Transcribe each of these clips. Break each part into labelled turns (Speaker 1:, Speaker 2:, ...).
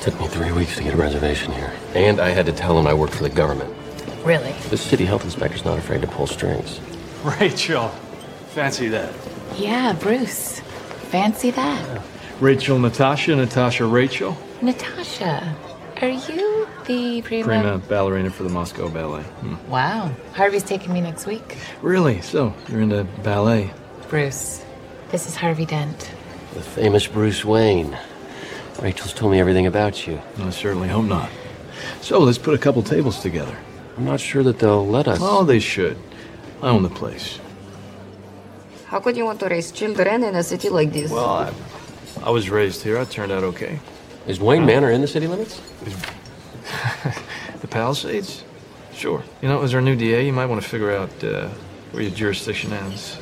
Speaker 1: Took me three weeks to get a reservation here. And I had to tell him I worked for the government.
Speaker 2: Really?
Speaker 1: The city health inspector's not afraid to pull strings.
Speaker 3: Rachel, fancy that.
Speaker 2: Yeah, Bruce. Fancy that.
Speaker 3: Rachel Natasha, Natasha Rachel.
Speaker 2: Natasha, are you the prima?
Speaker 3: Prima ballerina for the Moscow Ballet. Hmm.
Speaker 2: Wow. Harvey's taking me next week.
Speaker 3: Really? So, you're into ballet.
Speaker 2: Bruce, this is Harvey Dent.
Speaker 1: The famous Bruce Wayne. Rachel's told me everything about you.
Speaker 3: I certainly hope not. So, let's put a couple tables together.
Speaker 1: I'm not sure that they'll let us.
Speaker 3: Oh, they should. I own the place.
Speaker 4: How could you want to raise children in a city like this?
Speaker 3: Well, I, I was raised here. I turned out okay.
Speaker 1: Is Wayne Manor in the city limits?
Speaker 3: the Palisades? Sure. You know, as our new DA, you might want to figure out uh, where your jurisdiction ends.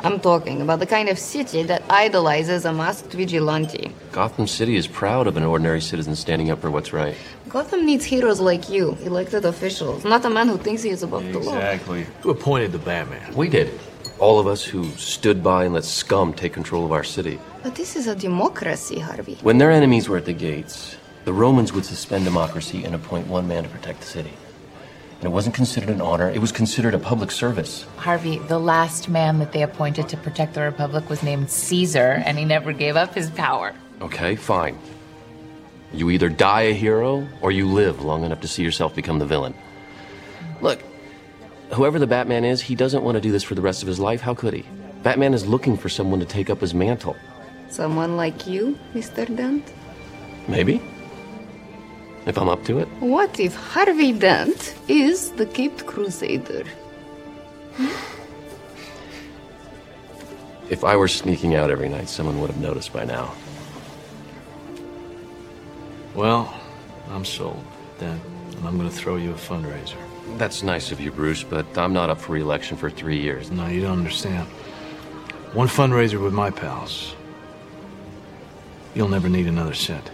Speaker 4: I'm talking about the kind of city that idolizes a masked vigilante.
Speaker 1: Gotham City is proud of an ordinary citizen standing up for what's right.
Speaker 4: Gotham needs heroes like you, elected officials, not a man who thinks he is above the law.
Speaker 3: Exactly. Who appointed the Batman?
Speaker 1: We did. All of us who stood by and let scum take control of our city.
Speaker 4: But this is a democracy, Harvey.
Speaker 1: When their enemies were at the gates, the Romans would suspend democracy and appoint one man to protect the city. And it wasn't considered an honor, it was considered a public service.
Speaker 2: Harvey, the last man that they appointed to protect the Republic was named Caesar, and he never gave up his power.
Speaker 1: Okay, fine. You either die a hero or you live long enough to see yourself become the villain. Look, whoever the Batman is, he doesn't want to do this for the rest of his life. How could he? Batman is looking for someone to take up his mantle.
Speaker 4: Someone like you, Mr. Dent?
Speaker 1: Maybe. If I'm up to it.
Speaker 4: What if Harvey Dent is the Caped Crusader?
Speaker 1: If I were sneaking out every night, someone would have noticed by now.
Speaker 3: Well, I'm sold. Then and I'm going to throw you a fundraiser.
Speaker 1: That's nice of you, Bruce, but I'm not up for reelection for three years.
Speaker 3: No, you don't understand. One fundraiser with my pals. You'll never need another cent.